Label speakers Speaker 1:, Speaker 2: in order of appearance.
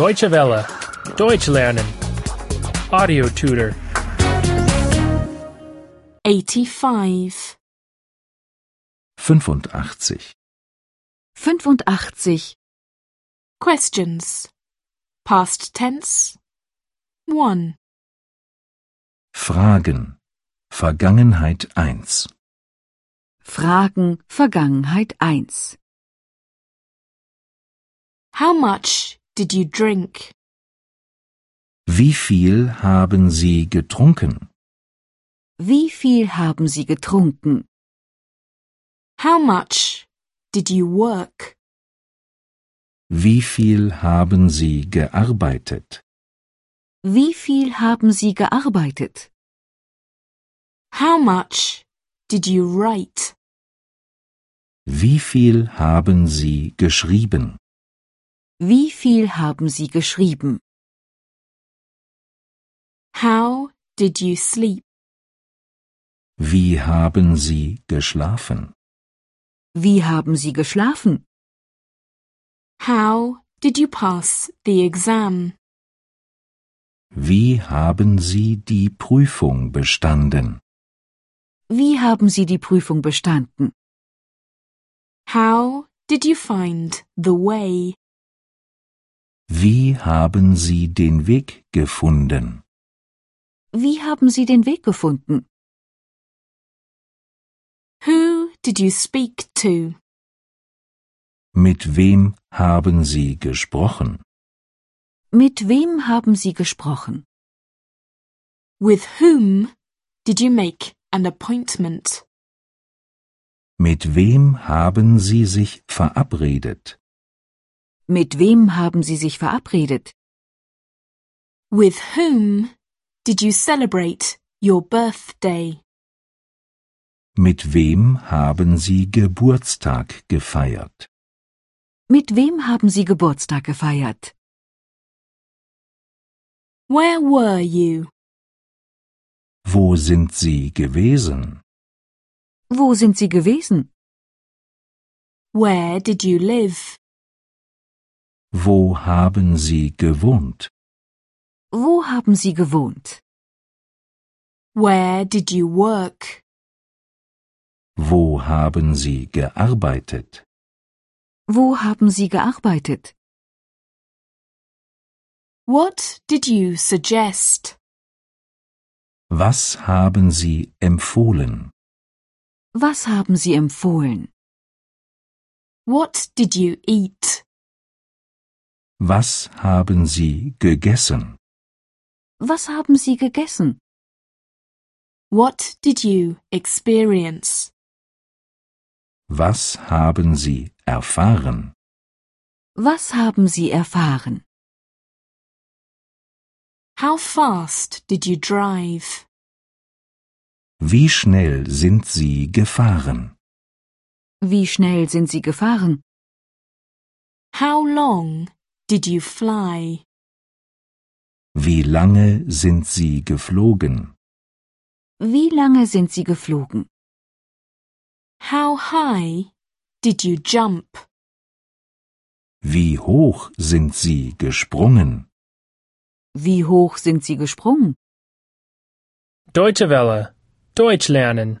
Speaker 1: Deutsche Welle. Deutsch lernen. Audio tutor.
Speaker 2: 85.
Speaker 3: 85.
Speaker 4: 85.
Speaker 2: Questions. Past tense. 1.
Speaker 3: Fragen. Vergangenheit 1.
Speaker 4: Fragen Vergangenheit 1.
Speaker 2: How much did you drink?
Speaker 3: Wie viel haben Sie getrunken?
Speaker 4: Wie viel haben Sie getrunken?
Speaker 2: How much did you work?
Speaker 3: Wie viel haben Sie gearbeitet?
Speaker 4: Wie viel haben Sie gearbeitet?
Speaker 2: How much did you write?
Speaker 3: Wie viel haben Sie geschrieben?
Speaker 4: Wie viel haben Sie geschrieben?
Speaker 2: How did you sleep?
Speaker 3: Wie haben Sie geschlafen?
Speaker 4: Wie haben Sie geschlafen?
Speaker 2: How did you pass the exam?
Speaker 3: Wie haben Sie die Prüfung bestanden?
Speaker 4: Wie haben Sie die Prüfung bestanden?
Speaker 2: How did you find the way?
Speaker 3: Wie haben Sie den Weg gefunden?
Speaker 4: Wie haben Sie den Weg gefunden?
Speaker 2: Who did you speak to?
Speaker 3: Mit wem haben Sie gesprochen?
Speaker 4: Mit wem haben Sie gesprochen?
Speaker 2: With whom did you make an appointment?
Speaker 3: Mit wem haben Sie sich verabredet?
Speaker 4: Mit wem haben Sie sich verabredet?
Speaker 2: With whom did you celebrate your birthday?
Speaker 3: Mit wem haben Sie Geburtstag gefeiert?
Speaker 4: Mit wem haben Sie Geburtstag gefeiert?
Speaker 2: Where were you?
Speaker 3: Wo sind Sie gewesen?
Speaker 4: Wo sind Sie gewesen?
Speaker 2: Where did you live?
Speaker 3: Wo haben Sie gewohnt?
Speaker 4: Wo haben Sie gewohnt?
Speaker 2: Where did you work?
Speaker 3: Wo haben Sie gearbeitet?
Speaker 4: Wo haben Sie gearbeitet?
Speaker 2: What did you suggest?
Speaker 3: Was haben Sie empfohlen?
Speaker 4: Was haben Sie empfohlen?
Speaker 2: What did you eat?
Speaker 3: Was haben Sie gegessen?
Speaker 4: Was haben Sie gegessen?
Speaker 2: What did you experience?
Speaker 3: Was haben Sie erfahren?
Speaker 4: Was haben Sie erfahren?
Speaker 2: How fast did you drive?
Speaker 3: Wie schnell sind Sie gefahren?
Speaker 4: Wie schnell sind Sie gefahren?
Speaker 2: How long did you fly?
Speaker 3: Wie lange sind Sie geflogen?
Speaker 4: Wie lange sind Sie geflogen?
Speaker 2: How high did you jump?
Speaker 3: Wie hoch sind Sie gesprungen?
Speaker 4: Wie hoch sind Sie gesprungen?
Speaker 1: Deutsche Welle. Deutsch lernen.